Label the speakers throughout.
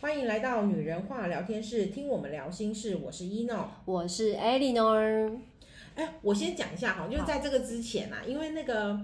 Speaker 1: 欢迎来到女人话聊天室，听我们聊心事。我是一、n o
Speaker 2: 我是 Eleanor。
Speaker 1: 哎，我先讲一下哈，就是在这个之前啊，因为那个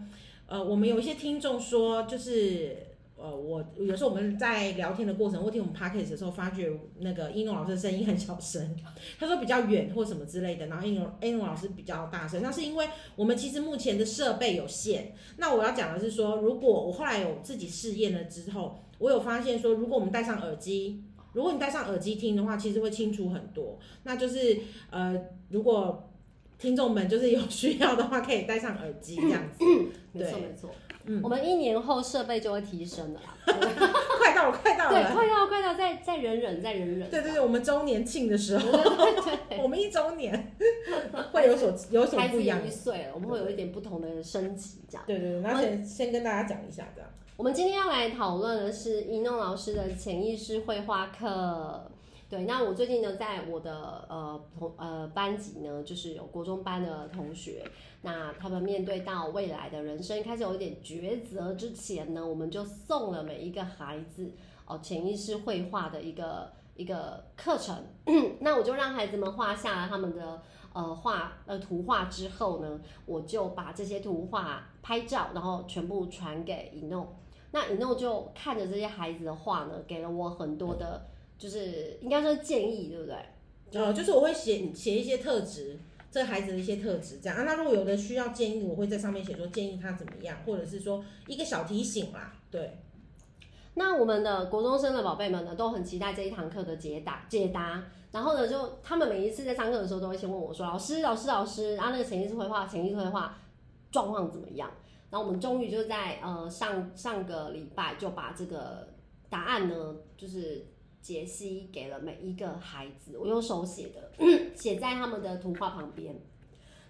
Speaker 1: 呃，我们有一些听众说，就是呃，我有时候我们在聊天的过程或听我们 podcast 的时候，发觉那个一诺老师的声音很小声，他说比较远或什么之类的，然后一诺一诺老师比较大声，那是因为我们其实目前的设备有限。那我要讲的是说，如果我后来有自己试验了之后，我有发现说，如果我们戴上耳机。如果你戴上耳机听的话，其实会清楚很多。那就是呃，如果听众们就是有需要的话，可以戴上耳机这样子。
Speaker 2: 没错
Speaker 1: 对
Speaker 2: 没错，
Speaker 1: 嗯
Speaker 2: 我们一年后设备就会提升了啦。
Speaker 1: 快到了，快到
Speaker 2: 对，
Speaker 1: 了。
Speaker 2: 快到快到，再再忍忍，再忍忍。
Speaker 1: 对对对，我们周年庆的时候， 我们一周年会有所有所
Speaker 2: 孩
Speaker 1: 不
Speaker 2: 子
Speaker 1: 一样
Speaker 2: 有一。岁了，我们会有一点不同的升级，这样。
Speaker 1: 对对对，那先先跟大家讲一下这样。
Speaker 2: 我们今天要来讨论的是一诺老师的潜意识绘画课。对，那我最近呢，在我的呃同呃班级呢，就是有国中班的同学，那他们面对到未来的人生开始有一点抉择之前呢，我们就送了每一个孩子哦潜意识绘画的一个一个课程。那我就让孩子们画下了他们的呃画呃图画之后呢，我就把这些图画拍照，然后全部传给一诺。那一诺就看着这些孩子的画呢，给了我很多的，就是应该说建议，对不对？
Speaker 1: 呃，就是我会写写一些特质，这孩子的一些特质这样。啊，那如果有的需要建议，我会在上面写说建议他怎么样，或者是说一个小提醒啦。对，
Speaker 2: 那我们的国中生的宝贝们呢，都很期待这一堂课的解答解答。然后呢，就他们每一次在上课的时候，都会先问我说：“老师，老师，老师，啊，那个潜意识绘画，潜意识绘画状况怎么样？”然后我们终于就在呃上上个礼拜就把这个答案呢，就是解析给了每一个孩子，我用手写的， 写在他们的图画旁边。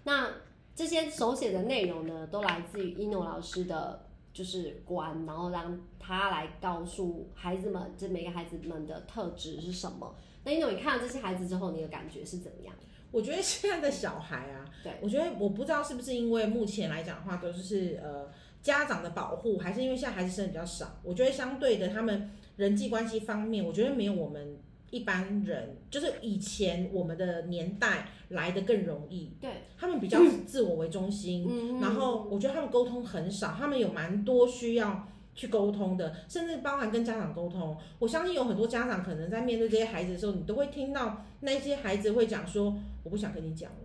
Speaker 2: 那这些手写的内容呢，都来自于一诺老师的就是观，然后让他来告诉孩子们，这每个孩子们的特质是什么。那因为你看到这些孩子之后，你的感觉是怎么样？
Speaker 1: 我觉得现在的小孩啊，
Speaker 2: 对，
Speaker 1: 我觉得我不知道是不是因为目前来讲的话，都是呃家长的保护，还是因为现在孩子生的比较少。我觉得相对的，他们人际关系方面，我觉得没有我们一般人，就是以前我们的年代来的更容易。
Speaker 2: 对，
Speaker 1: 他们比较自我为中心，
Speaker 2: 嗯
Speaker 1: 然后我觉得他们沟通很少，他们有蛮多需要去沟通的，甚至包含跟家长沟通。我相信有很多家长可能在面对这些孩子的时候，你都会听到那些孩子会讲说：“我不想跟你讲了”，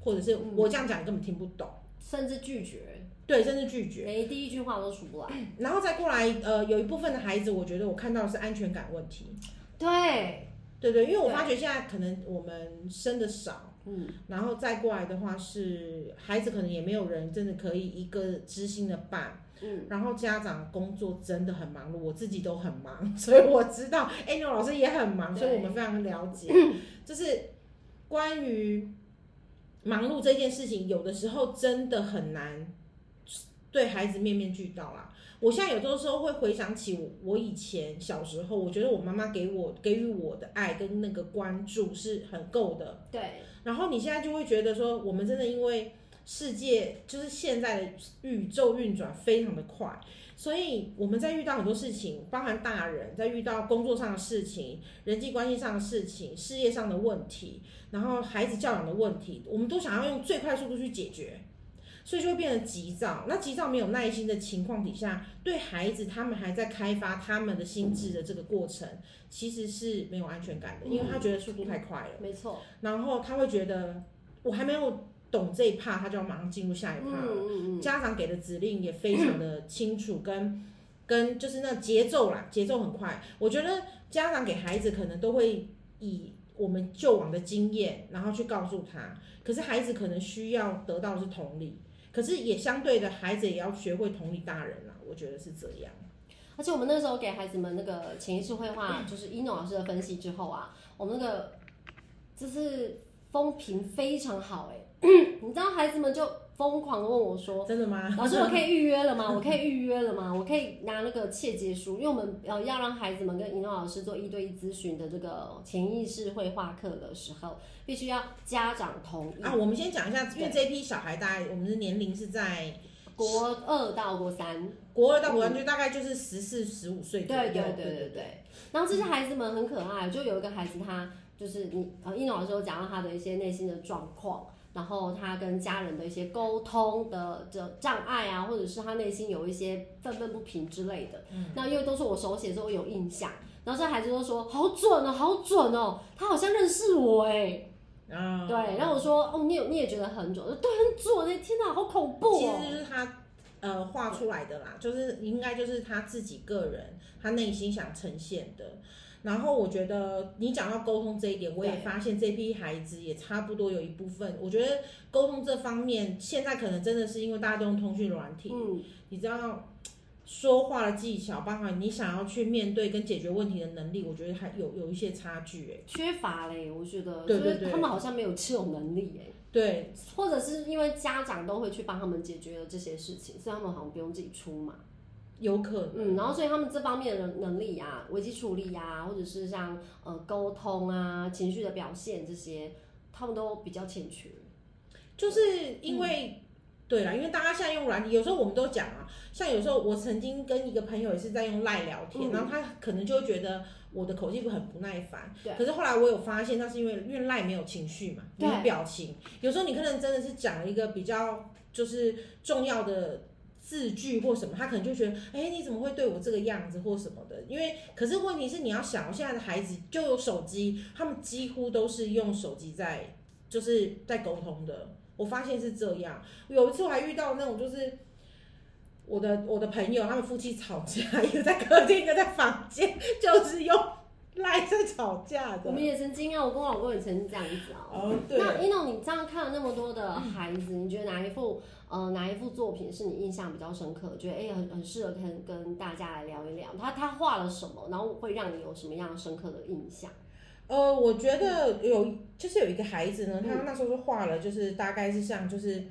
Speaker 1: 或者是
Speaker 2: 嗯
Speaker 1: “我这样讲你根本听不懂
Speaker 2: 甚至拒绝，”，
Speaker 1: 对，甚至拒绝。
Speaker 2: 连第一句话都数不来。
Speaker 1: 然后再过来，呃，有一部分的孩子，我觉得我看到的是安全感问题，
Speaker 2: 对，
Speaker 1: 对对，因为我
Speaker 2: 对
Speaker 1: 发觉现在可能我们生的少。
Speaker 2: 嗯，
Speaker 1: 然后再过来的话是孩子可能也没有人真的可以一个知心的伴，
Speaker 2: 嗯，
Speaker 1: 然后家长工作真的很忙碌，我自己都很忙， 所以我知道 a n n 老师也很忙，所以
Speaker 2: 对嗯
Speaker 1: 我们非常了解， 就是关于忙碌这件事情，有的时候真的很难对孩子面面俱到啦。我现在有的时候会回想起我我以前小时候，我觉得我妈妈给我给予我的爱跟那个关注是很够的，
Speaker 2: 对，
Speaker 1: 然后你现在就会觉得说，我们真的因为世界就是现在的宇宙运转非常的快，所以我们在遇到很多事情，包含大人在遇到工作上的事情、人际关系上的事情、事业上的问题，然后孩子教养的问题，我们都想要用最快速度去解决。所以就会变得急躁，那急躁没有耐心的情况底下，对孩子他们还在开发他们的心智的这个过程，其实是没有安全感的，因为他觉得速度太快了。
Speaker 2: 没错，
Speaker 1: 然后他会觉得我还没有懂这一趴，他就要马上进入下一
Speaker 2: 嗯
Speaker 1: 趴了。
Speaker 2: 嗯嗯，
Speaker 1: 家长给的指令也非常的清楚，跟跟就是那节奏啦，节奏很快。我觉得家长给孩子可能都会以我们旧往的经验，然后去告诉他，可是孩子可能需要得到的是同理，可是也相对的，孩子也要学会同理大人啦。我觉得是这样。
Speaker 2: 而且我们那时候给孩子们那个潜意识绘 画，就是一诺老师的分析之后啊，我们那个就是风评非常好哎、 你知道孩子们就疯狂的问我说。
Speaker 1: 真的 吗？
Speaker 2: 老师，我可以预约了吗？我可以预约了吗？我可以拿那个切结书，因为我们呃要让孩子们跟引导老师做一对一咨询的这个潜意识绘画课的时候，必须要家长同意。
Speaker 1: 啊啊，我们先讲一下，因为
Speaker 2: 对
Speaker 1: 这批小孩大概我们的年龄是在
Speaker 2: 国二到国三，
Speaker 1: 国二到国三就大概就是十四、十五岁左右。
Speaker 2: 嗯对对对对对。然后这些孩子们很可爱，就有一个孩子他就是你呃，应龙老师有讲到他的一些内心的状况，然后他跟家人的一些沟通的的障碍啊，或者是他内心有一些愤愤不平之类的。
Speaker 1: 嗯
Speaker 2: 那因为都是我手写，所以我有印象。然后这孩子就说：“好准哦，好准哦，他好像认识我哎、
Speaker 1: 啊，
Speaker 2: 对，然后我说：“哦，你有你也觉得很准？”我说对，很准哎、天哪，好恐怖
Speaker 1: 其
Speaker 2: 哦！
Speaker 1: 实就是他呃画出来的啦，就是应该就是他自己个人他内心想呈现的。然后我觉得你讲到沟通这一点，我也
Speaker 2: 对
Speaker 1: 发现这批孩子也差不多有一部分，我觉得沟通这方面现在可能真的是因为大家都用通讯软体，
Speaker 2: 嗯，
Speaker 1: 你知道说话的技巧，包含你想要去面对跟解决问题的能力，我觉得还有有一些差距哎、
Speaker 2: 缺乏嘞，我觉得，
Speaker 1: 对对
Speaker 2: 就是
Speaker 1: 对
Speaker 2: 他们好像没有这种能力哎，
Speaker 1: 对
Speaker 2: 或者是因为家长都会去帮他们解决了这些事情，所以他们好像不用自己出嘛。
Speaker 1: 有可能。
Speaker 2: 嗯，然后所以他们这方面的能力啊，危机处理啊，或者是像呃沟通啊、情绪的表现这些，他们都比较欠缺。
Speaker 1: 就是因为、
Speaker 2: 嗯
Speaker 1: 对啦，因为大家现在用软体，有时候我们都讲啊，像有时候我曾经跟一个朋友也是在用赖聊天，
Speaker 2: 嗯
Speaker 1: 然后他可能就会觉得我的口气很不耐烦
Speaker 2: 对，
Speaker 1: 可是后来我有发现，那是因为因为赖没有情绪嘛，没
Speaker 2: 对
Speaker 1: 有表情，有时候你可能真的是讲了一个比较就是重要的。字句或什么，他可能就觉得，哎、你怎么会对我这个样子或什么的？因为，可是问题是，你要想，现在的孩子就有手机，他们几乎都是用手机在就是在沟通的。我发现是这样，有一次我还遇到那种就是。我的我的朋友，他们夫妻吵架，一个在客厅，一个在房间，就是用赖在吵架
Speaker 2: 我
Speaker 1: 的
Speaker 2: 们。也曾经啊，我跟我老公也曾经这样子啊。
Speaker 1: 哦，对，
Speaker 2: 那一诺，你这样看了那么多的孩子，你觉得哪一幅呃哪一幅作品是你印象比较深刻？觉得哎、很很适合跟跟大家来聊一聊，他他画了什么，然后会让你有什么样深刻的印象？
Speaker 1: 呃，我觉得有就是有一个孩子
Speaker 2: 嗯
Speaker 1: 呢，他那时候就画了，就是大概是像就是，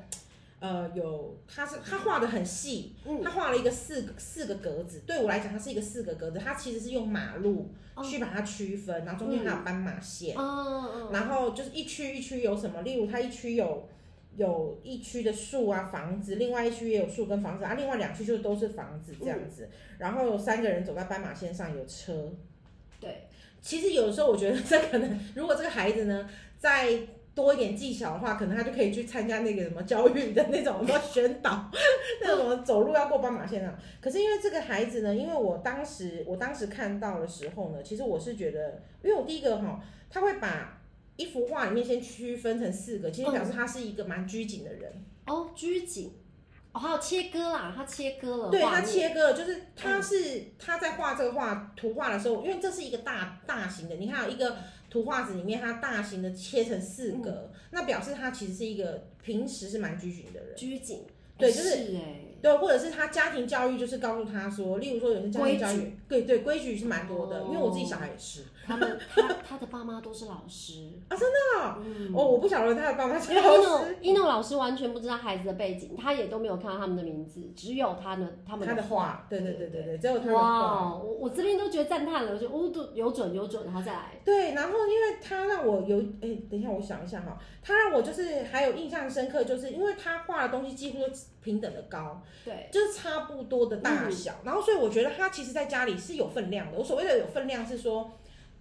Speaker 1: 呃，有他是他画的很细，
Speaker 2: 嗯，
Speaker 1: 他画了一个四四个格子，对我来讲，它是一个四个格子，它其实是用马路
Speaker 2: 哦
Speaker 1: 去把它区分，然后中间还有斑马线。
Speaker 2: 嗯嗯
Speaker 1: 然后就是一区一区有什么，例如它一区有有一区的树啊、房子，另外一区也有树跟房子啊，另外两区就都是房子这样
Speaker 2: 嗯
Speaker 1: 子。然后有三个人走在斑马线上，有车。
Speaker 2: 对，
Speaker 1: 其实有时候我觉得 这可能，如果这个孩子呢再多一点技巧的话，可能他就可以去参加那个什么教育的那种 什么宣导，那种什么走路要过斑马线啊。可是因为这个孩子呢，因为我当时我当时看到的时候呢，其实我是觉得，因为我第一个哈，他会把一幅画里面先区分成四个，其实表示他是一个蛮拘谨的人。
Speaker 2: 哦，拘谨，哦，还有切割啦，他切割了画面，嗯
Speaker 1: 对他切割了，就是他是、他在画这个画图画的时候，因为这是一个大大型的，你看有一个图画纸里面，它大型的切成四格，
Speaker 2: 嗯
Speaker 1: 那表示他其实是一个平时是蛮拘谨的人，
Speaker 2: 拘谨，
Speaker 1: 对
Speaker 2: 哎
Speaker 1: 就是
Speaker 2: 是哎、
Speaker 1: 对，或者是他家庭教育就是告诉他说，例如说有些家庭教育，对对，规矩是蛮多的，
Speaker 2: 哦
Speaker 1: 因为我自己小孩也是，
Speaker 2: 他们他他的爸妈都是老师
Speaker 1: 啊
Speaker 2: 真的、嗯
Speaker 1: 哦，我不晓得 他的 爸妈是
Speaker 2: 因为
Speaker 1: 老
Speaker 2: ino
Speaker 1: 师，
Speaker 2: ino 老师完全不知道孩子的背景，他也都没有看到他们的名字，只有他的他们
Speaker 1: 他的
Speaker 2: 画。
Speaker 1: 画，对对对对对，只有他的画。
Speaker 2: 哇，我我这边都觉得赞叹了，我觉得哦，都有准有准，然后再来，
Speaker 1: 对，然后因为他让我有，哎、等一下，我想一下哈，他让我就是还有印象深刻，就是因为他画的东西几乎都平等的高，
Speaker 2: 对，嗯
Speaker 1: 就是差不多的大小，然后所以我觉得他其实在家里是有分量的。我所谓的有分量是说，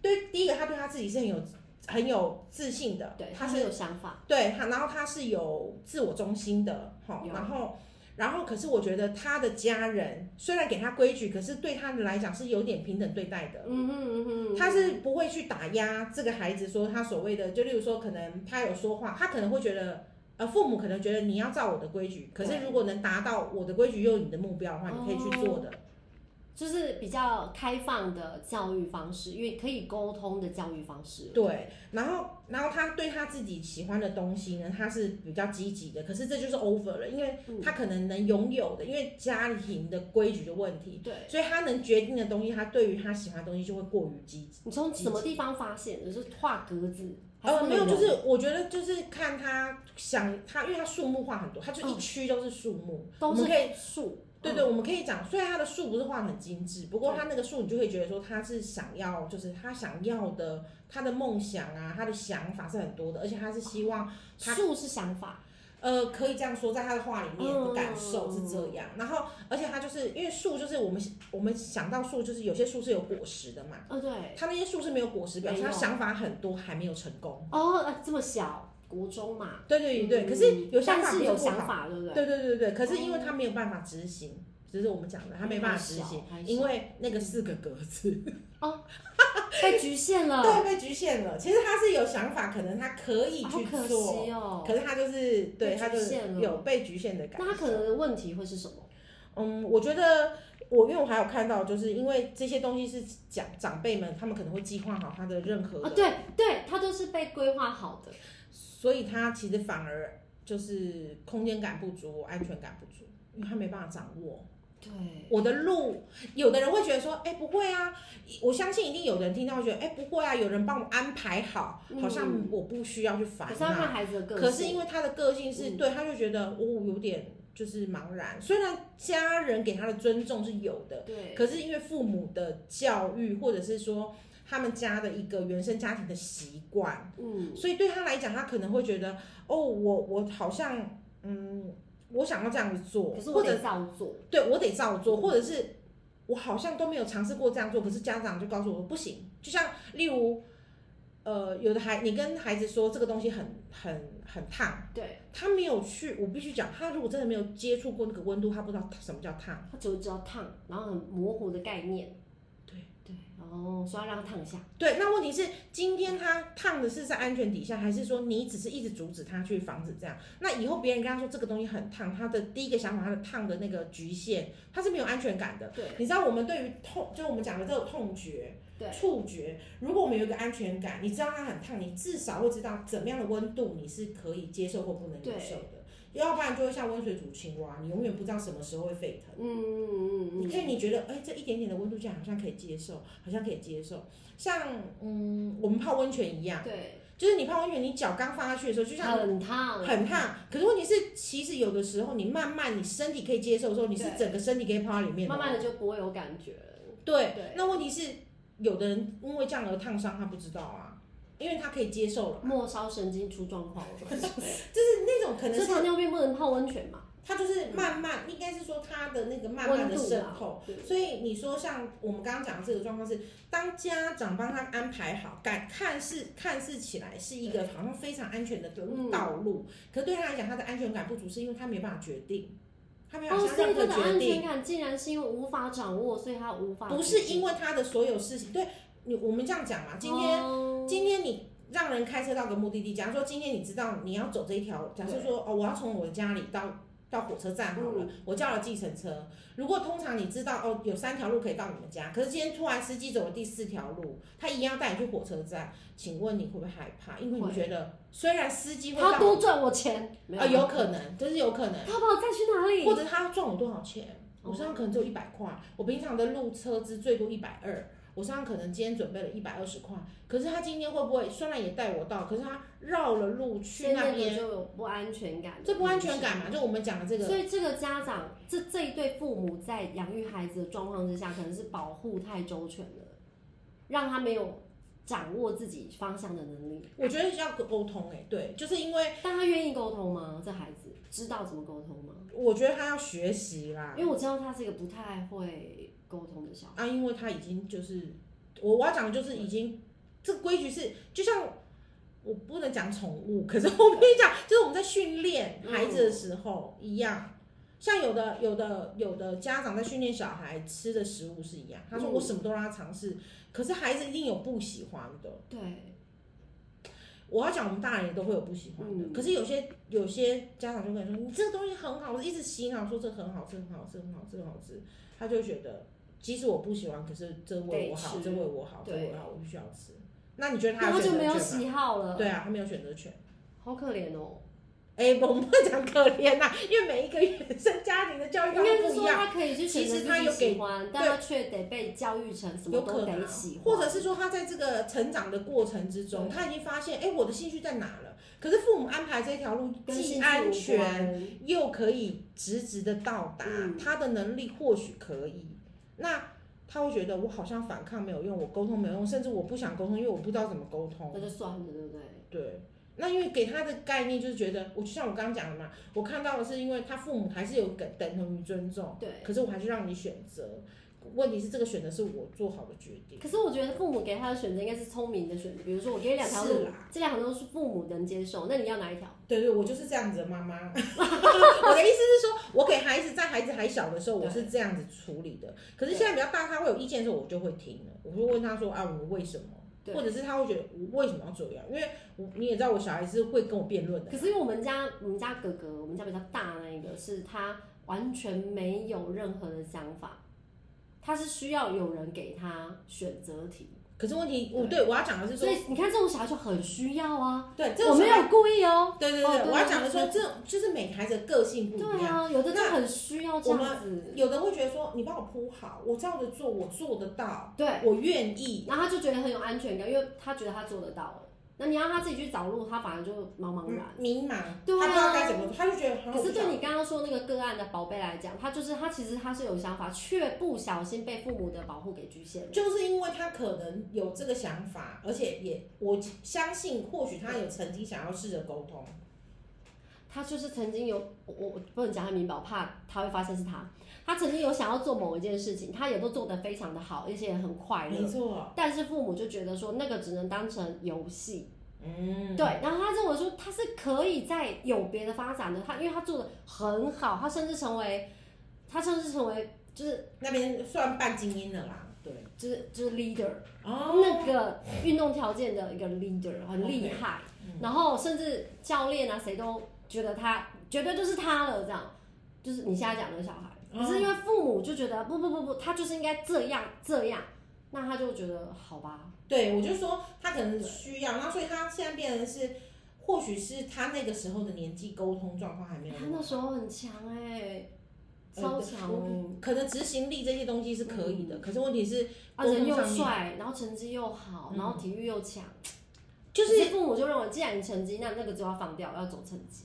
Speaker 1: 对，第一个他对他自己是很有很有自信的，
Speaker 2: 对，
Speaker 1: 他
Speaker 2: 很
Speaker 1: 是
Speaker 2: 有想法，
Speaker 1: 对他，然后他是有自我中心的，哈，
Speaker 2: 有
Speaker 1: 然后。然后，可是我觉得他的家人虽然给他规矩，可是对他们来讲是有点平等对待的。
Speaker 2: 嗯哼嗯哼，
Speaker 1: 他是不会去打压这个孩子，说他所谓的，就例如说，可能他有说话，他可能会觉得，呃，父母可能觉得你要照我的规矩，可
Speaker 2: 对
Speaker 1: 是如果能达到我的规矩又有你的目标的话，你可以去做的。
Speaker 2: 就是比较开放的教育方式，因为可以沟通的教育方式，
Speaker 1: 对，然后，然后他对他自己喜欢的东西呢，他是比较积极的，可是这就是 over 了，因为
Speaker 2: 嗯
Speaker 1: 他可能能拥有的，因为家庭的规矩的问题，
Speaker 2: 对，
Speaker 1: 所以他能决定的东西，他对于他喜欢的东西就会过于积极。
Speaker 2: 你从什么地方发现的？就是画格子，还
Speaker 1: 呃，没有，
Speaker 2: 内
Speaker 1: 就
Speaker 2: 容
Speaker 1: 是我觉得就是看他想他，因为他树木画很多，他就一区都是树木，我
Speaker 2: 都
Speaker 1: 们
Speaker 2: 是
Speaker 1: 可以。
Speaker 2: 树，
Speaker 1: 对对，我们可以讲，虽然他的树不是画得很精致，不过他那个树你就会觉得说他是想要，就是他想要的，啊他的梦想啊，他的想法是很多的，而且他是希望
Speaker 2: 树是想法，
Speaker 1: 呃，可以这样说，在他的话里面
Speaker 2: 嗯
Speaker 1: 的感受是这样。然后，而且他就是因为树，就是我们我们想到树，就是有些树是有果实的嘛。
Speaker 2: 哦，对，
Speaker 1: 他那些树是没有果实，表示
Speaker 2: 没
Speaker 1: 他
Speaker 2: 有
Speaker 1: 想法很多还没有成功。
Speaker 2: 哦，呃这么小，国中嘛，
Speaker 1: 对对对，
Speaker 2: 嗯
Speaker 1: 可是有想法
Speaker 2: 但是
Speaker 1: 不
Speaker 2: 有
Speaker 1: 是不
Speaker 2: 想
Speaker 1: 好
Speaker 2: 法，对不对？
Speaker 1: 对对对对，可是因为他没有办法执行，只是我们讲的，他没办法执行，
Speaker 2: 还小，
Speaker 1: 因
Speaker 2: 为
Speaker 1: 为那个四个格子，
Speaker 2: 被局限 了，
Speaker 1: 对，被局限了。其实他是有想法，可能他可以
Speaker 2: 哦好
Speaker 1: 去
Speaker 2: 可
Speaker 1: 做，
Speaker 2: 惜哦。
Speaker 1: 可是他就是对
Speaker 2: 被
Speaker 1: 他就
Speaker 2: 局限了
Speaker 1: 有被局限的感
Speaker 2: 那他可
Speaker 1: 受。
Speaker 2: 能的问题会是什么？
Speaker 1: 嗯，我觉得我因为我还有看到，就是因为这些东西是讲长辈们，他们可能会计划好他的任何
Speaker 2: 啊，
Speaker 1: 的，
Speaker 2: 对对，他都是被规划好的，
Speaker 1: 所以他其实反而就是空间感不足，安全感不足，因为他没办法掌握。
Speaker 2: 对，
Speaker 1: 我的路，有的人会觉得说，哎、不会啊，我相信一定有人听到会觉得，哎、不会啊，有人帮我安排好，好像
Speaker 2: 嗯
Speaker 1: 我不需要去烦
Speaker 2: 可是要
Speaker 1: 恼。
Speaker 2: 看孩子的个性。
Speaker 1: 可是因为他的个性是、
Speaker 2: 嗯
Speaker 1: 对，他就觉得我、哦、有点就是茫然。虽然家人给他的尊重是有的，
Speaker 2: 对，
Speaker 1: 可是因为父母的教育，或者是说他们家的一个原生家庭的习惯，
Speaker 2: 嗯，
Speaker 1: 所以对他来讲，他可能会觉得，哦，我我好像，嗯，我想要这样子做
Speaker 2: 可，是我
Speaker 1: 或者
Speaker 2: 得照做，
Speaker 1: 对我得照做，或者是我好像都没有尝试过这样做，可是家长就告诉我不行。就像例如，呃，有的孩你跟孩子说这个东西很很很烫，
Speaker 2: 对
Speaker 1: 他没有去，我必须讲，他如果真的没有接触过那个温度，他不知道什么叫烫。
Speaker 2: 他只会知道烫，然后很模糊的概念。
Speaker 1: 对
Speaker 2: 对，然后说要让他烫一下，
Speaker 1: 对，那问题是今天他烫的是在安全底下，还是说你只是一直阻止他去防止这样？那以后别人跟他说这个东西很烫，他的第一个想法，他的烫的那个局限，他是没有安全感的。
Speaker 2: 对
Speaker 1: 你知道我们对于痛，就是我们讲的这个痛觉、
Speaker 2: 对
Speaker 1: 触觉，如果我们有一个安全感，你知道它很烫，你至少会知道怎么样的温度你是可以接受或不能接
Speaker 2: 对
Speaker 1: 受的，要不然就会像温水煮青蛙，你永远不知道什么时候会沸腾。
Speaker 2: 嗯嗯嗯
Speaker 1: 你
Speaker 2: 嗯
Speaker 1: 可以，你觉得，哎、这一点点的温度计好像可以接受，好像可以接受。像，嗯，我们泡温泉一样
Speaker 2: 嗯，，对，
Speaker 1: 就是你泡温泉，你脚刚放下去的时候，就像
Speaker 2: 很烫，
Speaker 1: 很烫，可是问题是，其实有的时候你慢慢你身体可以接受的时候，你是
Speaker 2: 对
Speaker 1: 整个身体可以泡在里面的哦。
Speaker 2: 慢慢的就不会有感觉了。
Speaker 1: 对，
Speaker 2: 对
Speaker 1: 那问题是，有的人因为这样而烫伤，他不知道啊，因为他可以接受了，
Speaker 2: 末梢神经出状 况了，所
Speaker 1: 就是那种可能
Speaker 2: 以
Speaker 1: 是
Speaker 2: 糖尿病不能泡温泉嘛，
Speaker 1: 他就是慢慢，应该是说他的那个慢慢
Speaker 2: 温
Speaker 1: 的
Speaker 2: 度
Speaker 1: 渗
Speaker 2: 啦
Speaker 1: 透。
Speaker 2: 对
Speaker 1: 所以你说像我们刚刚讲的这个状况是，当家长帮他安排好，感看似看似起来是一个好像非常安全的
Speaker 2: 嗯
Speaker 1: 道路，可是对他来讲，他的安全感不足，是因为他没办法决定，他没办
Speaker 2: 哦，
Speaker 1: 法下
Speaker 2: 所以
Speaker 1: 任
Speaker 2: 他
Speaker 1: 何
Speaker 2: 的
Speaker 1: 决
Speaker 2: 安
Speaker 1: 定。
Speaker 2: 全感竟然是因为无法掌握，所以他无法
Speaker 1: 不是因为他的所有事情，对你我们这样讲嘛，今天。
Speaker 2: 哦
Speaker 1: 今天你让人开车到个目的地，假如说今天你知道你要走这一条，假设说哦，我要从我的家里到到火车站好
Speaker 2: 嗯
Speaker 1: 了，我叫了计程车。如果通常你知道哦，有三条路可以到你们家，可是今天突然司机走了第四条路，他一样带你去火车站，请问你会不会害怕？因为你
Speaker 2: 会
Speaker 1: 觉得虽然司机会
Speaker 2: 他
Speaker 1: 到
Speaker 2: 多赚我钱，没
Speaker 1: 啊、有可能，就是有可能。
Speaker 2: 他把我带去哪里？
Speaker 1: 或者他赚我多少钱？我身上
Speaker 2: 哦
Speaker 1: 可能只有一百块，我平常的路车资最多一百二，我身上可能今天准备了一百二十块，可是他今天会不会虽然也带我到，可是他绕了路
Speaker 2: 所
Speaker 1: 去
Speaker 2: 以
Speaker 1: 那
Speaker 2: 那个
Speaker 1: 边，
Speaker 2: 就有不安全感，
Speaker 1: 这不安全。感嘛？就我们讲的这个，
Speaker 2: 所以这个家长，这这一对父母在养育孩子的状况之下，可能是保护太周全了，让他没有掌握自己方向的能力。
Speaker 1: 我觉得要沟通哎、对，就是因为
Speaker 2: 但他愿意沟通吗？这孩子知道怎么沟通吗？
Speaker 1: 我觉得他要学习啦，
Speaker 2: 因为我知道他是一个不太会沟通的小孩。
Speaker 1: 啊，因为他已经就是我我要讲的就是已经这个规矩是就像。我不能讲宠物，可是我跟你讲，就是我们在训练孩子的时候、一样，像有的有的有的家长在训练小孩吃的食物是一样，他说
Speaker 2: 嗯
Speaker 1: 我什么都让他尝试，可是孩子一定有不喜欢的。
Speaker 2: 对，
Speaker 1: 我要讲，我们大人也都会有不喜欢的，
Speaker 2: 嗯
Speaker 1: 可是有些有些家长就跟你说，你这个东西很好，一直洗脑说这很好吃，很好吃，很好吃，很好吃，他就会觉得，即使我不喜欢，可是这为我好，
Speaker 2: 得吃
Speaker 1: 这为我好，这
Speaker 2: 对
Speaker 1: 为我好，我必须要吃。那你觉得他
Speaker 2: 那
Speaker 1: 有
Speaker 2: 他就
Speaker 1: 选
Speaker 2: 没有
Speaker 1: 择权吗？
Speaker 2: 喜好了，
Speaker 1: 对啊，他没有选择权。
Speaker 2: 好可怜哦。
Speaker 1: 哎、我们不能讲可怜呐、因为每一个原生家庭的教育
Speaker 2: 应
Speaker 1: 方
Speaker 2: 该
Speaker 1: 式
Speaker 2: 是
Speaker 1: 不一
Speaker 2: 说
Speaker 1: 样，
Speaker 2: 他可以去选择
Speaker 1: 其实他
Speaker 2: 自己
Speaker 1: 有给
Speaker 2: 喜欢，但他却得被教育成什么
Speaker 1: 有可
Speaker 2: 都
Speaker 1: 能
Speaker 2: 得
Speaker 1: 啊
Speaker 2: 喜欢，
Speaker 1: 或者是说他在这个成长的过程之中，
Speaker 2: 对
Speaker 1: 他已经发现，哎、我的兴趣在哪了？可是父母安排这条路
Speaker 2: 跟
Speaker 1: 既
Speaker 2: 兴趣
Speaker 1: 安
Speaker 2: 无
Speaker 1: 全。
Speaker 2: 关，
Speaker 1: 又可以直直的到达，
Speaker 2: 嗯
Speaker 1: 他的能力或许可以，那他会觉得我好像反抗没有用，我沟通没有用，甚至我不想沟通，因为我不知道怎么沟通
Speaker 2: 那。就算了，对不对？
Speaker 1: 对，那因为给他的概念就是觉得，我就像我刚刚讲的嘛，我看到的是因为他父母还是有等等同于尊重，
Speaker 2: 对。
Speaker 1: 可是我还是让你选择。问题是这个选择是我做好的决定，
Speaker 2: 可是我觉得父母给他的选择应该是聪明的选择，比如说我给你两条
Speaker 1: 是
Speaker 2: 路
Speaker 1: 啦，
Speaker 2: 这两条路是父母能接受，那你要哪一条？
Speaker 1: 对对，我就是这样子的妈 妈。我的意思是说，我给孩子在孩子还小的时候，我是这样子处理的。可是现在比较大，他会有意见的时候，我就会听了，我会问他说啊，我为什么？
Speaker 2: 对
Speaker 1: 或者是他会觉得我为什么要这样？因为我你也知道，我小孩是会跟我辩论的
Speaker 2: 可。是因为我们家我们家哥哥，我们家比较大那一个，是他完全没有任何的想法，他是需要有人给他选择题，
Speaker 1: 可是问题，我对我要讲的是
Speaker 2: 所
Speaker 1: 说，
Speaker 2: 以你看这种小孩就很需要啊。
Speaker 1: 对这
Speaker 2: 我
Speaker 1: 种
Speaker 2: 没
Speaker 1: 小孩
Speaker 2: 有故意哦。
Speaker 1: 对对
Speaker 2: 哦
Speaker 1: 对，
Speaker 2: 对
Speaker 1: 我要讲的说，
Speaker 2: 对
Speaker 1: 这种就是每个孩子的个性不一
Speaker 2: 对
Speaker 1: 样，
Speaker 2: 啊，有的就很需要这样子。
Speaker 1: 有的会觉得说，你帮我铺好，我照着做，我做得到，
Speaker 2: 对，
Speaker 1: 我愿意。
Speaker 2: 然后他就觉得很有安全感，因为他觉得他做得到了。那你让他自己去找路，他反而就茫茫然。
Speaker 1: 嗯迷茫，
Speaker 2: 对啊
Speaker 1: 他不知道该怎么做，他就觉得好像
Speaker 2: 可是
Speaker 1: 不晓
Speaker 2: 对你刚刚说那个个案的宝贝来讲，他就是他其实他是有想法，却不小心被父母的保护给局限了。
Speaker 1: 就是因为他可能有这个想法，而且也我相信，或许他有曾经想要试着沟通，
Speaker 2: 他就是曾经有我我我不能讲他名吧，我怕他会发现是他。他曾经有想要做某一件事情，他也都做得非常的好，而且也很快
Speaker 1: 没
Speaker 2: 乐。
Speaker 1: 错，
Speaker 2: 但是父母就觉得说那个只能当成游戏，
Speaker 1: 嗯，
Speaker 2: 对，然后他认为说他是可以在有别的发展的，他因为他做的很好，他甚至成为，他甚至成为就是
Speaker 1: 那边算半精英的啦，对，
Speaker 2: 就是就是 leader，、
Speaker 1: 哦，
Speaker 2: 那个运动条件的一个 leader 很厉害
Speaker 1: 嗯
Speaker 2: 然后甚至教练啊谁都觉得他绝对就是他了，这样就是你现在讲的小孩，
Speaker 1: 嗯
Speaker 2: 可
Speaker 1: 哦
Speaker 2: 是因为父母就觉得不不不不，他就是应该这样这样，那他就觉得好吧，
Speaker 1: 对，我就说他可能需要，那所以他现在变成是，或许是他那个时候的年纪沟通状况还没有
Speaker 2: 他
Speaker 1: 那么
Speaker 2: 那
Speaker 1: 好，
Speaker 2: 时候很强哎、
Speaker 1: 呃
Speaker 2: 超强、欸。
Speaker 1: 可能执行力这些东西是可
Speaker 2: 嗯
Speaker 1: 以的，可是问题是
Speaker 2: 啊，
Speaker 1: 沟通
Speaker 2: 人又
Speaker 1: 上面嗯
Speaker 2: 帅，然后成绩又好，然后体育又强，
Speaker 1: 就
Speaker 2: 可
Speaker 1: 是
Speaker 2: 父母就认为，既然你成绩，那那个就要放掉，要走成绩。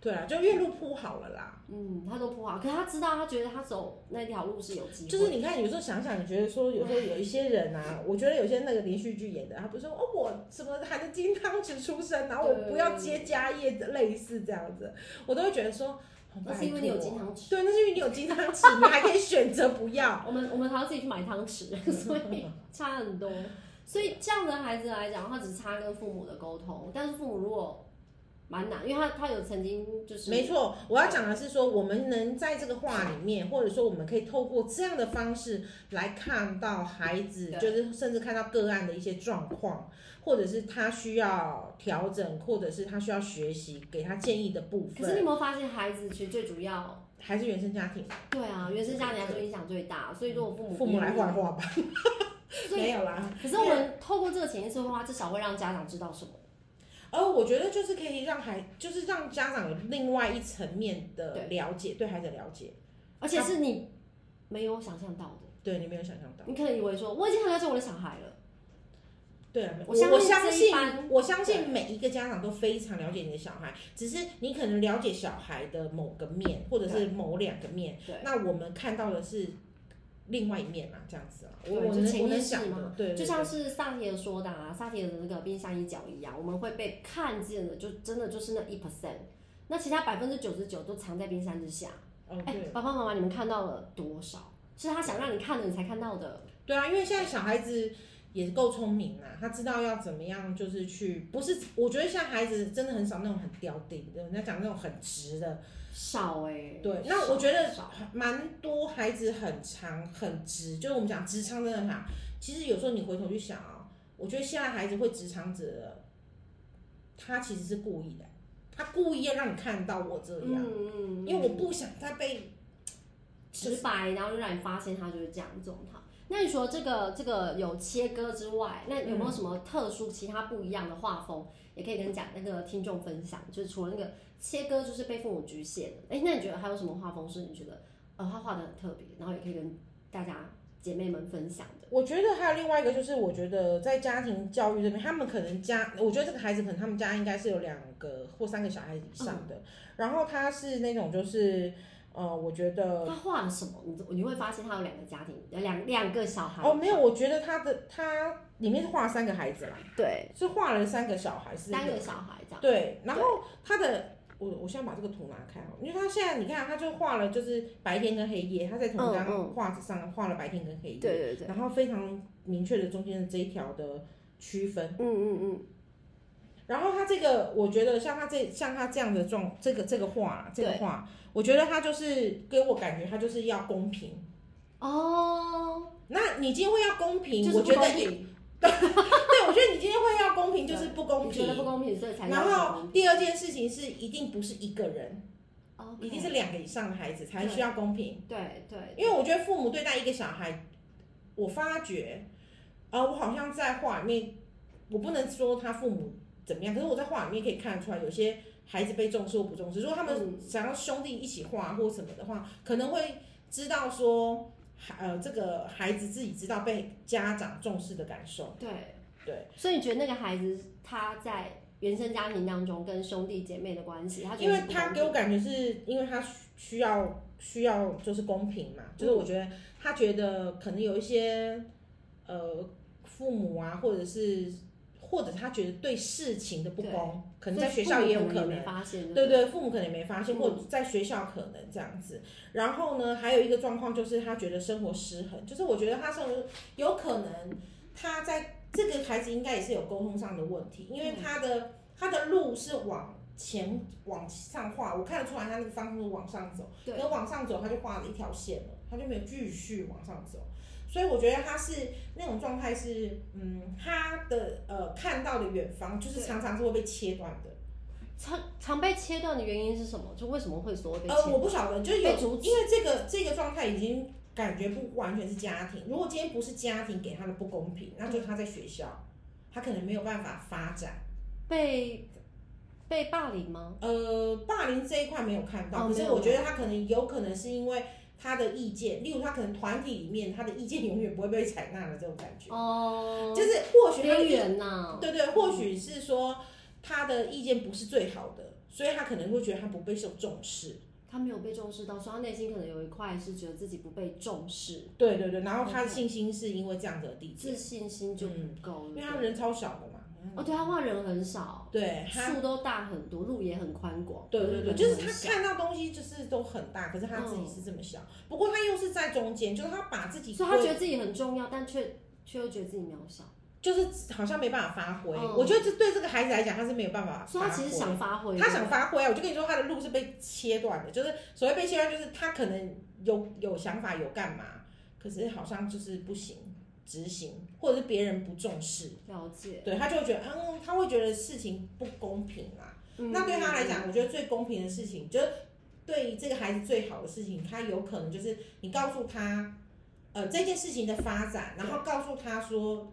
Speaker 1: 对啊，就越路铺好了啦。
Speaker 2: 嗯，他都不好，可是他知道，他觉得他走那条路是有机会。
Speaker 1: 就是你看，有时候想想，你觉得说，有时候有一些人啊，我觉得有些那个连续剧演的，他不是说哦，我什么含着金汤匙出生，然后我不要接家业，类似这样子，我都会觉得说，好
Speaker 2: 那
Speaker 1: 拜
Speaker 2: 是因为你有
Speaker 1: 托
Speaker 2: 金汤匙。
Speaker 1: 对，那是因为你有金汤匙，你还可以选择不要。
Speaker 2: 我们我们还要自己去买汤匙， 所 以差很多。所以这样的孩子来讲，他只差跟父母的沟通，但是父母如果蛮难，因为他他有曾经就是
Speaker 1: 没错，我要讲的是说，我们能在这个话里面，或者说我们可以透过这样的方式来看到孩子，
Speaker 2: 对
Speaker 1: 就是甚至看到个案的一些状况，或者是他需要调整，或者是他需要学习，给他建议的部
Speaker 2: 可是你
Speaker 1: 分，
Speaker 2: 有没有发现，孩子其实最主要，
Speaker 1: 还是原生家庭，
Speaker 2: 对啊，原生家庭来说影响最大，所以如果父母
Speaker 1: 父母来画画吧，
Speaker 2: 所以
Speaker 1: 没有啦。
Speaker 2: 可是我们透过这个潜意识绘画，至少会让家长知道什么。
Speaker 1: 而哦我觉得就是可以让孩，就是让家长有另外一层面的
Speaker 2: 对
Speaker 1: 了解，对孩子的了解，
Speaker 2: 而且是你没有想象到的。
Speaker 1: 对啊你没有想象到。
Speaker 2: 你可能以为说我已经很了解我的小孩了，
Speaker 1: 对啊，我
Speaker 2: 我相
Speaker 1: 我
Speaker 2: 信这
Speaker 1: 相
Speaker 2: 一
Speaker 1: 信
Speaker 2: 班
Speaker 1: 我相信每一个家长都非常了解你的小孩，只是你可能了解小孩的某个面，或者是某两个面
Speaker 2: 对。
Speaker 1: 那我们看到的是另外一面嘛，这样子啊。我
Speaker 2: 对
Speaker 1: 我
Speaker 2: 就
Speaker 1: 能
Speaker 2: 潜
Speaker 1: 我
Speaker 2: 意
Speaker 1: 能
Speaker 2: 识
Speaker 1: 想
Speaker 2: 嘛
Speaker 1: 的，对，对
Speaker 2: 就像是萨提尔说的啊，萨提尔的那个冰山一角一样，我们会被看见的，就真的就是那一 percent，那其他百分之九十九都藏在冰山之下。
Speaker 1: 对哦
Speaker 2: 哎、
Speaker 1: 对
Speaker 2: 爸爸妈妈，你们看到了多少？是他想让你看的，你才看到的。
Speaker 1: 对啊，因为现在小孩子。也够聪明啦，他知道要怎么样，就是去不是，我觉得现在孩子真的很少那种很刁定的，人家讲那种很直的，
Speaker 2: 少哎、
Speaker 1: 对那我觉得
Speaker 2: 少
Speaker 1: 蛮多孩子很长很直，就是我们讲直肠真的很好。其实有时候你回头去想啊、我觉得现在孩子会直肠子的，他其实是故意的，他故意要让你看到我这
Speaker 2: 嗯
Speaker 1: 样，
Speaker 2: 嗯嗯，
Speaker 1: 因为我不想再被
Speaker 2: 直白，然后就让你发现他就是这样这种他。那你说这个这个有切割之外，那有没
Speaker 1: 嗯
Speaker 2: 有什么特殊其他不一样的画风，也可以跟讲那个听众分享？就是除了那个切割，就是被父母局限的。哎，那你觉得还有什么画风是你觉得呃他画的很特别，然后也可以跟大家姐妹们分享的？
Speaker 1: 我觉得还有另外一个就是，我觉得在家庭教育这边，他们可能家，我觉得这个孩子可能他
Speaker 2: 嗯
Speaker 1: 们家应该是有两个或三个小孩以上的，然后他是那种就是。呃，我觉得
Speaker 2: 他画了什么？你你会发现他有两个家庭，有两两个小孩。
Speaker 1: 哦没有，我觉得他的他里面是画三个孩子啦，
Speaker 2: 对，
Speaker 1: 是画了三个小孩，是
Speaker 2: 三个小孩这样。
Speaker 1: 对，然后他的我我现在把这个图拿开哦，因为他现在你看他就画了就是白天跟黑夜，他在同一
Speaker 2: 嗯
Speaker 1: 张
Speaker 2: 嗯
Speaker 1: 画纸上画了白天跟黑夜，
Speaker 2: 对对对，
Speaker 1: 然后非常明确的中间的这一条的区分。
Speaker 2: 嗯嗯嗯，
Speaker 1: 然后他这个，我觉得像他这像他这样的状，这个这个画，这个
Speaker 2: 对
Speaker 1: 画，我觉得他就是给我感觉他就是要公平。
Speaker 2: 哦，
Speaker 1: 那你今天会要公平，
Speaker 2: 就
Speaker 1: 嗯
Speaker 2: 是
Speaker 1: 我
Speaker 2: 不
Speaker 1: 觉
Speaker 2: 公
Speaker 1: 得一，
Speaker 2: 平，
Speaker 1: 对我觉得你今天会要公平，就是不公
Speaker 2: 你觉得不
Speaker 1: 平。
Speaker 2: 公平，所以才
Speaker 1: 然
Speaker 2: 要求
Speaker 1: 后
Speaker 2: 公
Speaker 1: 第二件事情是，一定不是一个人，
Speaker 2: 哦，
Speaker 1: 一定是两个以上的孩子才
Speaker 2: 对
Speaker 1: 需要公平。
Speaker 2: 对对，
Speaker 1: 因为我觉得父母对待一个小孩，我发觉，呃，我好像在画里面，我不能说他父母怎么样，可是我在画里面可以看得出来，有些孩子被重视或不重视。如果他
Speaker 2: 嗯
Speaker 1: 们想要兄弟一起画或什么的话，可能会知道说，呃，这个孩子自己知道被家长重视的感受。
Speaker 2: 对
Speaker 1: 对，
Speaker 2: 所以你觉得那个孩子他在原生家庭当中跟兄弟姐妹的关系，他觉
Speaker 1: 因
Speaker 2: 得
Speaker 1: 为
Speaker 2: 是不
Speaker 1: 他
Speaker 2: 公
Speaker 1: 给我感觉是因为他需需要需要就是公平嘛，就是
Speaker 2: 嗯
Speaker 1: 我觉得他觉得可能有一些呃父母啊，或者是或者他觉得对事情的不公，可能在学校也有
Speaker 2: 所以父母
Speaker 1: 可
Speaker 2: 可能也没
Speaker 1: 能。
Speaker 2: 发现，
Speaker 1: 对
Speaker 2: 不对，
Speaker 1: 对，父母可能也没发现，
Speaker 2: 嗯
Speaker 1: 或者在学校可能这样子。然后呢，还有一个状况就是他觉得生活失衡，就是我觉得他生活有可能他在这个孩子应该也是有沟通上的问题，因为他的、
Speaker 2: 嗯
Speaker 1: 他的路是往前往上画，我看得出来他那个方向是往上走，
Speaker 2: 对
Speaker 1: 可往上走他就画了一条线了，他就没有继续往上走。所以我觉得他是那种状态是，嗯，他的呃看到的远方就是
Speaker 2: 对
Speaker 1: 常常是会被切断的。
Speaker 2: 常常被切断的原因是什么？就为什么会所谓被切
Speaker 1: 呃，
Speaker 2: 断？
Speaker 1: 我不晓得，就是有
Speaker 2: 被阻止
Speaker 1: 因为这个这个状态已经感觉不完全是家庭。如果今天不是家庭给他的不公平，那就是他在学校，他可能没有办法发展。
Speaker 2: 被被霸凌吗？
Speaker 1: 呃，霸凌这一块没有看到，
Speaker 2: 哦
Speaker 1: 可是
Speaker 2: 没有
Speaker 1: 我觉得他可能有可能是因为他的意见，例如他可能团体里面他的意见永远不会被采纳的这种感觉，
Speaker 2: 哦，
Speaker 1: 就是或许他的
Speaker 2: 边
Speaker 1: 意
Speaker 2: 缘呐，
Speaker 1: 对对，或许是说他的意见不是最好的，所以他可能会觉得他不被受重视。
Speaker 2: 他没有被重视到，所以他内心可能有一块是觉得自己不被重视，
Speaker 1: 对对对，然后他的信心是因为这样子而递减，
Speaker 2: 自信心就不
Speaker 1: 嗯
Speaker 2: 够
Speaker 1: 因为
Speaker 2: 了。
Speaker 1: 他人超小的嘛。
Speaker 2: 哦，对，他画人很少，
Speaker 1: 对哎他，
Speaker 2: 树都大很多，路也很宽广，
Speaker 1: 对对对，就是他
Speaker 2: 人很少
Speaker 1: 看到东西就是都很大，可是他自己是这么小。不过他又是在中间，就是他把自己
Speaker 2: 所以他
Speaker 1: 归
Speaker 2: 觉得自己很重要，但却却又觉得自己渺小，
Speaker 1: 就是好像没办法发挥。
Speaker 2: 嗯
Speaker 1: 我觉得这对这个孩子来讲，他是没有办法
Speaker 2: 所以他
Speaker 1: 发
Speaker 2: 其实
Speaker 1: 挥。
Speaker 2: 想发挥，
Speaker 1: 他想发挥啊，我就跟你说，他的路是被切断的，就是所谓被切断，就是他可能有有想法，有干嘛，可是好像就是不行执行，或者是别人不重视。
Speaker 2: 了解，
Speaker 1: 对他就会觉得，嗯，他会觉得事情不公平啊啦。
Speaker 2: 嗯
Speaker 1: 那对他来，讲，我觉得最公平的事情，就是对这个孩子最好的事情，他有可能就是你告诉他，呃，这件事情的发展，然后告诉他说，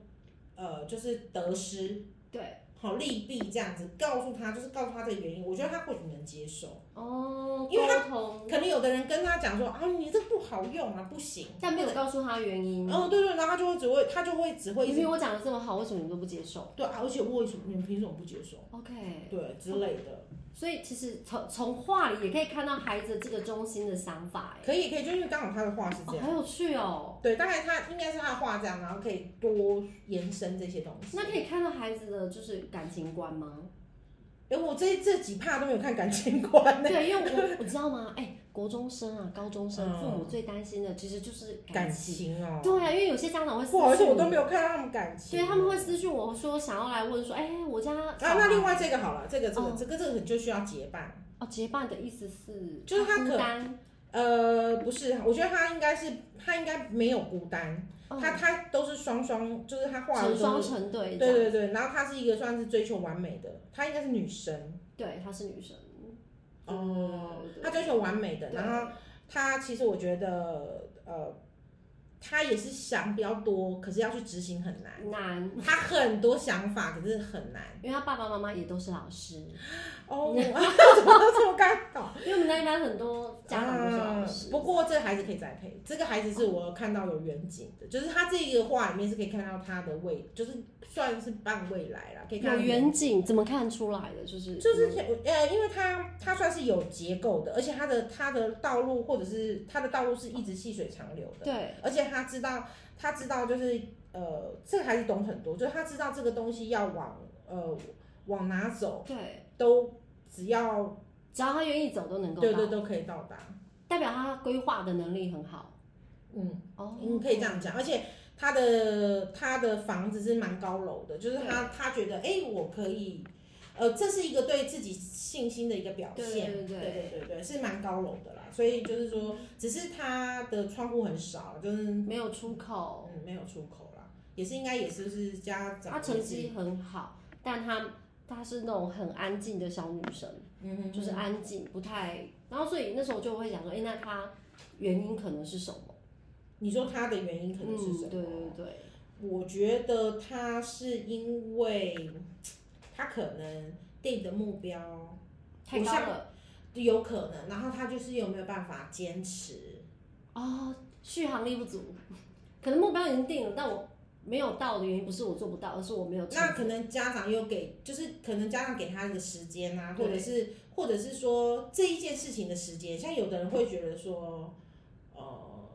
Speaker 1: 呃，就是得失，
Speaker 2: 嗯对，
Speaker 1: 好利弊这样子，告诉他，就是告诉他这个原因。我觉得他或许能接受，
Speaker 2: 哦，
Speaker 1: 因为
Speaker 2: 沟通，
Speaker 1: 可能有的人跟他讲说，啊，你这不好用啊，不行。
Speaker 2: 但没有告诉他原因，
Speaker 1: 嗯，对对，然后他就会只会，他就会只会一
Speaker 2: 因为
Speaker 1: 直
Speaker 2: 我讲的这么好，为什么你都不接受
Speaker 1: 对，啊而且为什么你们凭什么不接受？
Speaker 2: ？OK，
Speaker 1: 对之类的。
Speaker 2: 所以其实从从画里也可以看到孩子这个中心的想法，哎，
Speaker 1: 可以可以，就因为刚好他的画是这
Speaker 2: 哦，
Speaker 1: 样，
Speaker 2: 好有趣哦。
Speaker 1: 对，大概他应该是他的画这样，然后可以多延伸这些东西。
Speaker 2: 那可以看到孩子的就是感情观吗？
Speaker 1: 哎、我这这几趴都没有看感情观呢、
Speaker 2: 对，因为我我知道吗？哎、国中生啊，高中生，
Speaker 1: 嗯
Speaker 2: 父母最担心的其实就是
Speaker 1: 感
Speaker 2: 情。
Speaker 1: 情哦、
Speaker 2: 对啊，因为有些家长会私
Speaker 1: 不好意思，
Speaker 2: 讯
Speaker 1: 我都没有看到他们感情。
Speaker 2: 对他们会私讯我说想要来问说，哎、我家啊
Speaker 1: 啊，那另外这个好了，这个这个、
Speaker 2: 哦
Speaker 1: 这个这个就需要结伴。
Speaker 2: 哦结伴的意思是
Speaker 1: 就是他可
Speaker 2: 孤单，
Speaker 1: 呃，不是，我觉得他应该是他应该没有孤单，
Speaker 2: 哦
Speaker 1: 他他都是双双，就是他画的
Speaker 2: 成
Speaker 1: 都
Speaker 2: 双
Speaker 1: 是。
Speaker 2: 成
Speaker 1: 对
Speaker 2: 对这
Speaker 1: 对
Speaker 2: 样，
Speaker 1: 对，然后她是一个算是追求完美的，她应该是女生
Speaker 2: 对，她是女生，
Speaker 1: 哦
Speaker 2: 哦对，
Speaker 1: 她追求完美的，
Speaker 2: 对
Speaker 1: 然后他其实我觉得，呃，他也是想比较多，可是要去执行很难。
Speaker 2: 难，
Speaker 1: 他很多想法，可是很难。
Speaker 2: 因为他爸爸妈妈也都是老师，
Speaker 1: 哦， 怎么这么刚好？
Speaker 2: 因为我们那一班很多家长都是老师。
Speaker 1: 嗯不过这个孩子可以栽培，这个孩子是我看到有远景的，就是他这个话里面是可以看到他的未，就是算是半未来啦，可以看
Speaker 2: 有
Speaker 1: 到
Speaker 2: 远景，怎么看出来的？就是
Speaker 1: 就是呃，因为他他算是有结构的，而且他的他的道路或者是他的道路是一直细水长流的，
Speaker 2: 对，
Speaker 1: 而且他知道他知道就是呃，这个孩子懂很多，就是他知道这个东西要往呃往哪走，
Speaker 2: 对，
Speaker 1: 都只要
Speaker 2: 只要他愿意走都能够到，
Speaker 1: 对对都可以到达。
Speaker 2: 代表他规划的能力很好。
Speaker 1: 嗯，
Speaker 2: 哦，
Speaker 1: 嗯，可以这样讲，而且他的他的房子是蛮高楼的，就是他他觉得，哎、我可以，呃，这是一个对自己信心的一个表现，
Speaker 2: 对对对
Speaker 1: 对对对是蛮高楼的啦。所以就是说，只是他的窗户很少，就是
Speaker 2: 没有出口，
Speaker 1: 嗯没有出口啦，也是应该也是是家长
Speaker 2: 哦他成
Speaker 1: 也是
Speaker 2: 绩很好，但他她是那种很安静的小女生，
Speaker 1: 嗯哼
Speaker 2: 就是安静，不太，然后所以那时候就会想说，哎、那她原因可能是什么？
Speaker 1: 你说他的原因可能是什么？
Speaker 2: 嗯、对对对，
Speaker 1: 我觉得他是因为他可能定的目标。
Speaker 2: 太
Speaker 1: 我
Speaker 2: 高
Speaker 1: 像
Speaker 2: 了
Speaker 1: 有可能，然后他就是有没有办法坚持？
Speaker 2: 哦，续航力不足， 可能目标已经定了，但我没有到的原因不是我做不到，而是我没有成
Speaker 1: 那可能家长又给，就是可能家长给他一个时间啊，
Speaker 2: 对
Speaker 1: 或者是或者是说这一件事情的时间，像有的人会觉得说，呃，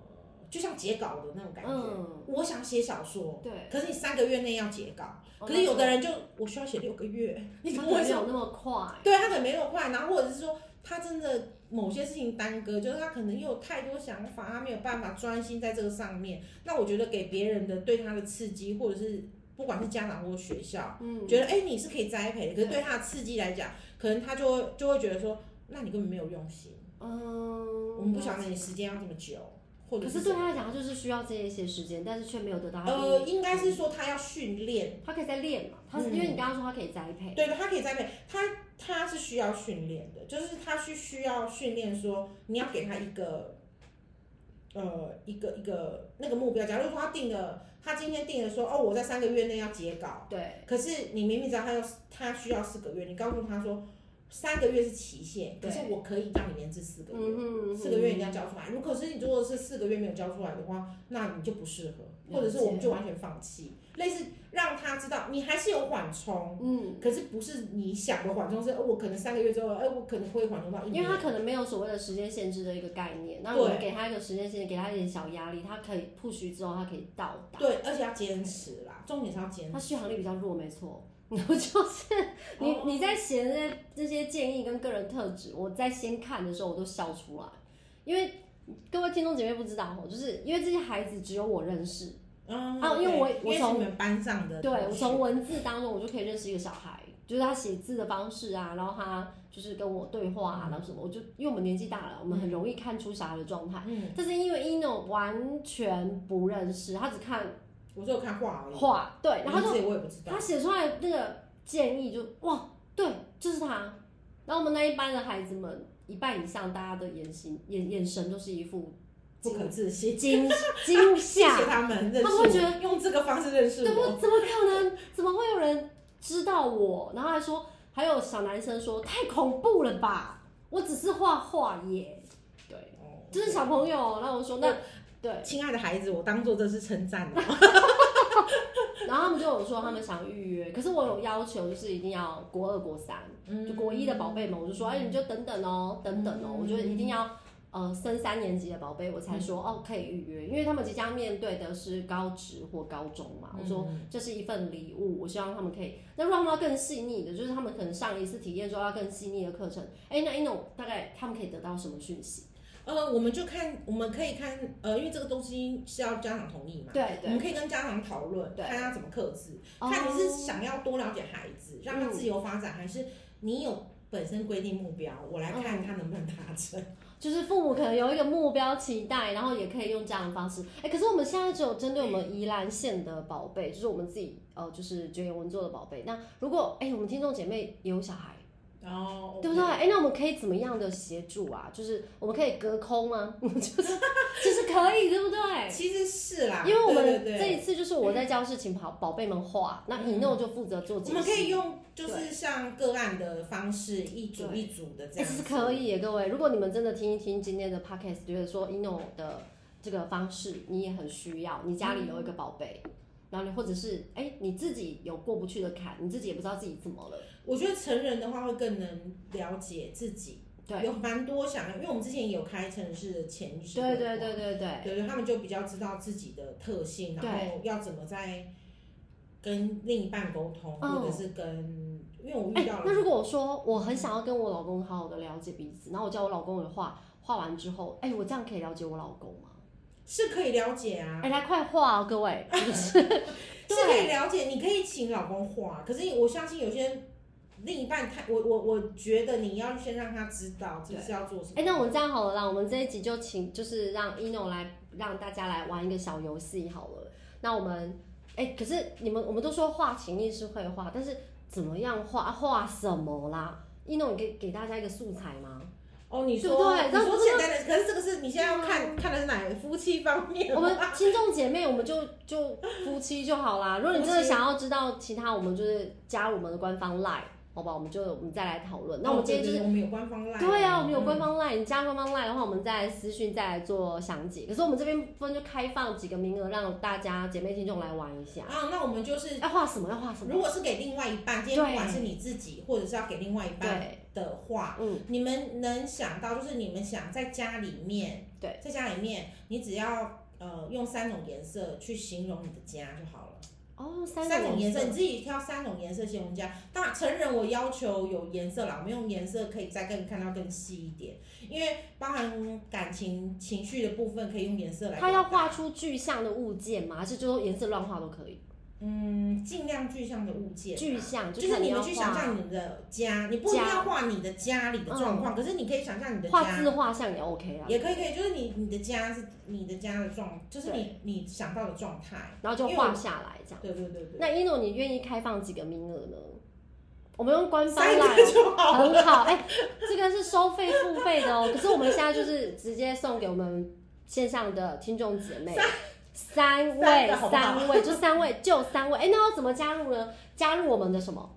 Speaker 1: 就像截稿的那种感觉。
Speaker 2: 嗯，
Speaker 1: 我想写小说，
Speaker 2: 对，
Speaker 1: 可是你三个月内要截稿，
Speaker 2: 哦
Speaker 1: 可是有的人就我需要写六个月，你
Speaker 2: 他
Speaker 1: 怎
Speaker 2: 可
Speaker 1: 么
Speaker 2: 能
Speaker 1: 会
Speaker 2: 没
Speaker 1: 想？
Speaker 2: 有那么快，
Speaker 1: 对他可能没那么快，然后或者是说他真的某些事情耽搁，就是他可能又有太多想法，他没有办法专心在这个上面。那我觉得给别人的对他的刺激，或者是不管是家长或学校，
Speaker 2: 嗯，
Speaker 1: 觉得哎、诶你是可以栽培的，可是对
Speaker 2: 对
Speaker 1: 他的刺激来讲，可能他就会就会觉得说，那你根本没有用心，
Speaker 2: 嗯，
Speaker 1: 我们不晓得你时间要这么久，或者
Speaker 2: 可
Speaker 1: 是
Speaker 2: 是对他来讲，他就是需要这一些时间，但是却没有得到他
Speaker 1: 呃，
Speaker 2: 的
Speaker 1: 应该是说他要训练，
Speaker 2: 他可以再练嘛？他是、
Speaker 1: 嗯
Speaker 2: 因为你刚刚说他可以栽培，
Speaker 1: 对，他可以栽培，他他是需要训练的，就是他需需要训练说，你要给他一个，呃，一个一个那个目标。假如说他定了，他今天定了说，哦，我在三个月内要截稿，
Speaker 2: 对，
Speaker 1: 可是你明明知道他要他需要四个月，你告诉他说三个月是期限，可
Speaker 2: 对
Speaker 1: 是我可以让你延至四个月。
Speaker 2: 嗯哼，
Speaker 1: 四个月一定
Speaker 2: 嗯
Speaker 1: 要交出来。如果是你如果是四个月没有交出来的话，那你就不适合，或者是
Speaker 2: 了解
Speaker 1: 我们就完全放弃。类似让他知道你还是有缓冲，
Speaker 2: 嗯，
Speaker 1: 可是不是你想的缓冲，是呃我可能三个月之后，哎、我可能会缓冲到一
Speaker 2: 因为
Speaker 1: 年。
Speaker 2: 他可能没有所谓的时间限制的一个概念，那
Speaker 1: 对
Speaker 2: 我们给他一个时间限制，给他一点小压力，他可以 push 之后，他可以到达。
Speaker 1: 对，而且要坚持啦，重点是要坚
Speaker 2: 他
Speaker 1: 持。
Speaker 2: 续航力比较弱，没错。 然后就是你
Speaker 1: 哦
Speaker 2: 你在写这些这些建议跟个人特质，我在先看的时候我都笑出来，因为各位听众姐妹不知道哦，就是因为这些孩子只有我认识，
Speaker 1: 嗯
Speaker 2: 啊因为我
Speaker 1: 对
Speaker 2: 我
Speaker 1: 因为
Speaker 2: 从
Speaker 1: 是你们班上的
Speaker 2: 对
Speaker 1: 同学，
Speaker 2: 我从文字当中我就可以认识一个小孩，就是他写字的方式啊，然后他就是跟我对话啊，然后什么，我就因为我们年纪大了，我们很容易看出小孩的状态。
Speaker 1: 嗯，
Speaker 2: 但是因为 ino 完全不认识，他只看
Speaker 1: 我只有看画而已，
Speaker 2: 画，对，然后
Speaker 1: 名
Speaker 2: 就
Speaker 1: 字我也不知道
Speaker 2: 他。写出来那个建议就哇，对，就是他。然后我们那一班的孩子们，一半以上大家的眼型眼眼神都是一副
Speaker 1: 不可置信，
Speaker 2: 惊惊
Speaker 1: 谢 谢
Speaker 2: 吓，
Speaker 1: 他们认识我，
Speaker 2: 他们会觉得
Speaker 1: 用这个方式认识
Speaker 2: 怎
Speaker 1: 我。
Speaker 2: 么怎么可能？怎么会有人知道我？然后还说，还有小男生说太恐怖了吧，我只是画画耶，对，
Speaker 1: 哦
Speaker 2: 就是小朋友。然后我说那对，
Speaker 1: 亲爱的孩子，我当做这是称赞哦。
Speaker 2: 然后他们就有说他们想预约，可是我有要求，就是一定要国二、国三，就国一的宝贝们，我就说，哎，你就等等哦，等等哦，我觉得一定要。呃，升三年级的宝贝，我才说、哦可以预约，因为他们即将面对的是高职或高中嘛。我说
Speaker 1: 嗯
Speaker 2: 这是一份礼物，我希望他们可以。那如果他们要更细腻的，就是他们可能上一次体验之后要更细腻的课程，哎，那 ino 大概他们可以得到什么讯息？
Speaker 1: 呃，我们就看，我们可以看，呃，因为这个东西是要家长同意嘛，
Speaker 2: 对
Speaker 1: 我
Speaker 2: 对
Speaker 1: 们，可以跟家长讨论，
Speaker 2: 对
Speaker 1: 看他怎么克制。
Speaker 2: 哦
Speaker 1: 嗯看你是想要多了解孩子，让他
Speaker 2: 嗯
Speaker 1: 自由发展，还是你有本身规定目标，我来
Speaker 2: 嗯
Speaker 1: 看他能不能达 成。
Speaker 2: 就是父母可能有一个目标期待，然后也可以用这样的方式。哎、可是我们现在只有针对我们宜兰县的宝贝，就是我们自己呃，就是绝缘文做的宝贝。那如果哎、我们听众姐妹也有小孩，
Speaker 1: 哦，OK，
Speaker 2: 对不对？哎，那我们可以怎么样的协助啊？就是我们可以隔空吗？ 就是就是可以，对不对？
Speaker 1: 其实是啦，
Speaker 2: 因为我
Speaker 1: 对
Speaker 2: 们
Speaker 1: 对对
Speaker 2: 这一次就是我在教室请宝宝贝们画，那一诺就负责做
Speaker 1: 我
Speaker 2: 解
Speaker 1: 们可
Speaker 2: 析。
Speaker 1: 以用就是像个案的方式，一组一组的这
Speaker 2: 哎，
Speaker 1: 样子，
Speaker 2: 其实可以耶，各位，如果你们真的听一听今天的 podcast，觉得说一诺的这个方式你也很需要，你家里有一个宝贝，然后你或者是哎你自己有过不去的坎，你自己也不知道自己怎么了，
Speaker 1: 我觉得成人的话会更能了解自己，
Speaker 2: 对，
Speaker 1: 有蛮多想，因为我们之前也有开城市的潜意识，
Speaker 2: 对对对对对。
Speaker 1: 对，他们就比较知道自己的特性，然后要怎么在跟另一半沟通，
Speaker 2: 嗯
Speaker 1: 或者是跟，因为我
Speaker 2: 哎、
Speaker 1: 遇到 了，
Speaker 2: 那如果我说我很想要跟我老公好好的了解彼此，然后我叫我老公的画，画完之后，哎、我这样可以了解我老公吗？
Speaker 1: 是可以了解啊
Speaker 2: 哎、，来快画哦，各位，
Speaker 1: 是可以了解，你可以请老公画，可是我相信有些另一半他，我我我觉得你要先让他知道这是要做什么。
Speaker 2: 哎、那我们这样好了啦，我们这一集就请就是让 ino 来让大家来玩一个小游戏好了。那我们哎、可是你们我们都说画潜意识绘画，但是怎么样画画什么啦？ino 你给给大家一个素材吗？
Speaker 1: 哦，你说
Speaker 2: 对不对
Speaker 1: 你
Speaker 2: 那不
Speaker 1: 说
Speaker 2: 是
Speaker 1: 简单的，可是这个是你现在要看、看的是哪夫妻方面吗？
Speaker 2: 我们听众姐妹，我们就就夫妻就好啦。如果你真的想要知道其他，我们就是加入我们的官方 line，好吧？我们就我们再来讨论。那我们今天就是
Speaker 1: 哦对对对我们有官方 line，
Speaker 2: 对啊，我们有
Speaker 1: 嗯
Speaker 2: 官方 line，你加官方 line 的话，我们再私讯再来做详解。可是我们这边部分就开放几个名额，让大家姐妹听众来玩一下。
Speaker 1: 啊，那我们就是，
Speaker 2: 要画什么？要画什么？
Speaker 1: 如果是给另外一半，今天不管
Speaker 2: 对
Speaker 1: 是你自己，或者是要给另外一半
Speaker 2: 对，
Speaker 1: 的话，
Speaker 2: 嗯，
Speaker 1: 你们能想到就是你们想在家里面，
Speaker 2: 对，
Speaker 1: 在家里面，你只要呃用三种颜色去形容你的家就好了。
Speaker 2: 哦，
Speaker 1: 三种颜
Speaker 2: 颜
Speaker 1: 色，你自己挑三种颜色形容家。当然，成人我要求有颜色啦，我们用颜色可以再更看到更细一点，因为包含感情情绪的部分可以用颜色来表
Speaker 2: 他
Speaker 1: 达。
Speaker 2: 要画出具象的物件吗？还是就颜色乱画都可以？
Speaker 1: 嗯，尽量具象的物件啊，
Speaker 2: 具象
Speaker 1: 就
Speaker 2: 看
Speaker 1: 是你
Speaker 2: 要
Speaker 1: 们去想
Speaker 2: 画
Speaker 1: 象你的家，你不一定
Speaker 2: 家嗯
Speaker 1: 要画你的家里的状况，可是你可以想象你的
Speaker 2: 画
Speaker 1: 家
Speaker 2: 自画像也 OK 啊，
Speaker 1: 也可以，可以，就是你你的家是你的家的状，就是你你想到的状态。
Speaker 2: 然后就
Speaker 1: 因为
Speaker 2: 画下来这样。
Speaker 1: 对对对对，
Speaker 2: 那一诺，你愿意开放几个名额呢？我们用官方
Speaker 1: 三
Speaker 2: line
Speaker 1: 个
Speaker 2: 哦
Speaker 1: 就好了。
Speaker 2: 很好，哎、这个是收费付费的哦。可是我们现在就是直接送给我们线上的听众姐妹，三
Speaker 1: 三
Speaker 2: 位
Speaker 1: 个，好不好
Speaker 2: 三位，就三位，就三位。哎、那要怎么加入呢？加入我们的什么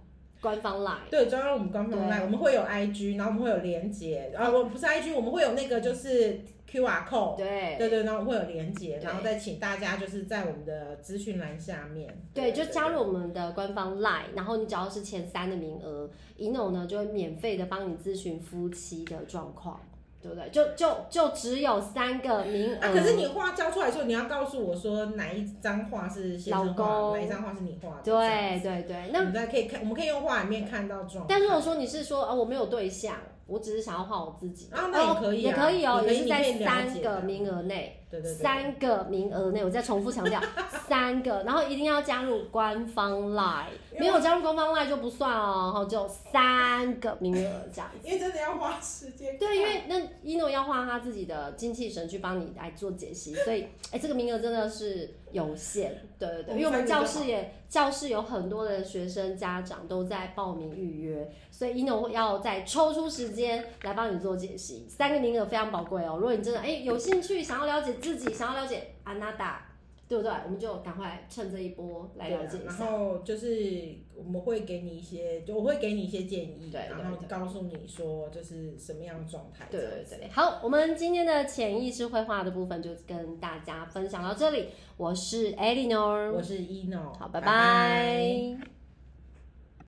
Speaker 2: 官方 line？
Speaker 1: 对，加入我们官方
Speaker 2: 对
Speaker 1: line，我们会有 IG，然后我们会有连接，然后我不是 IG，我们会有那个就是 QR code，
Speaker 2: 对
Speaker 1: 对对，然后我们会有连接，
Speaker 2: 对
Speaker 1: 然后再请大家就是在我们的资讯栏下面，
Speaker 2: 对，就加入我们的官方 LINE，然后你只要是前三的名额，ino 呢就会免费的帮你咨询夫妻的状况，对不对？就就就只有三个名额。
Speaker 1: 啊，可是你画交出来的时候，你要告诉我说哪一张画是先生
Speaker 2: 老
Speaker 1: 画，
Speaker 2: 公
Speaker 1: 哪一张画是你画的。这样，
Speaker 2: 对对对，
Speaker 1: 我
Speaker 2: 那
Speaker 1: 们再可以看，我们可以用画里面看到状态。
Speaker 2: 但如果说你是说啊我没有对象，我只是想要画我自己的，
Speaker 1: 啊那也
Speaker 2: 哦
Speaker 1: 可以啊
Speaker 2: 也可以哦，
Speaker 1: 你可
Speaker 2: 也
Speaker 1: 以
Speaker 2: 是在
Speaker 1: 你可以了解
Speaker 2: 三
Speaker 1: 的
Speaker 2: 个名额内。
Speaker 1: 对对对，
Speaker 2: 三个名额内，我再重复强调， 三个，然后一定要加入官方 line，
Speaker 1: 因为
Speaker 2: 没有加入官方 line 就不算哦，然后就三个名额这样子。
Speaker 1: 因为真的要花时间看。啊
Speaker 2: 对，因为那一诺要花他自己的精气神去帮你来做解析，所以哎、这个名额真的是有限。对对对，因为我们教室也教室有很多的学生家长都在报名预约，所以一诺要再抽出时间来帮你做解析。三个名额非常宝贵哦，如果你真的哎、有兴趣，想要了解自己，想要了解安娜达，对不对？我们就赶快趁这一波来了解
Speaker 1: 对
Speaker 2: 一
Speaker 1: 然
Speaker 2: 下。
Speaker 1: 后就是我们会给你一些，就我会给你一些建议，
Speaker 2: 对对
Speaker 1: 然后
Speaker 2: 对
Speaker 1: 告诉你说就是什么样的状态。
Speaker 2: 对
Speaker 1: 这
Speaker 2: 对
Speaker 1: 样子
Speaker 2: 对，好，我们今天的潜意识绘画的部分就跟大家分享到这里。我是 Eleanor，
Speaker 1: 我是 Eno，
Speaker 2: 好，拜
Speaker 1: 拜
Speaker 2: 拜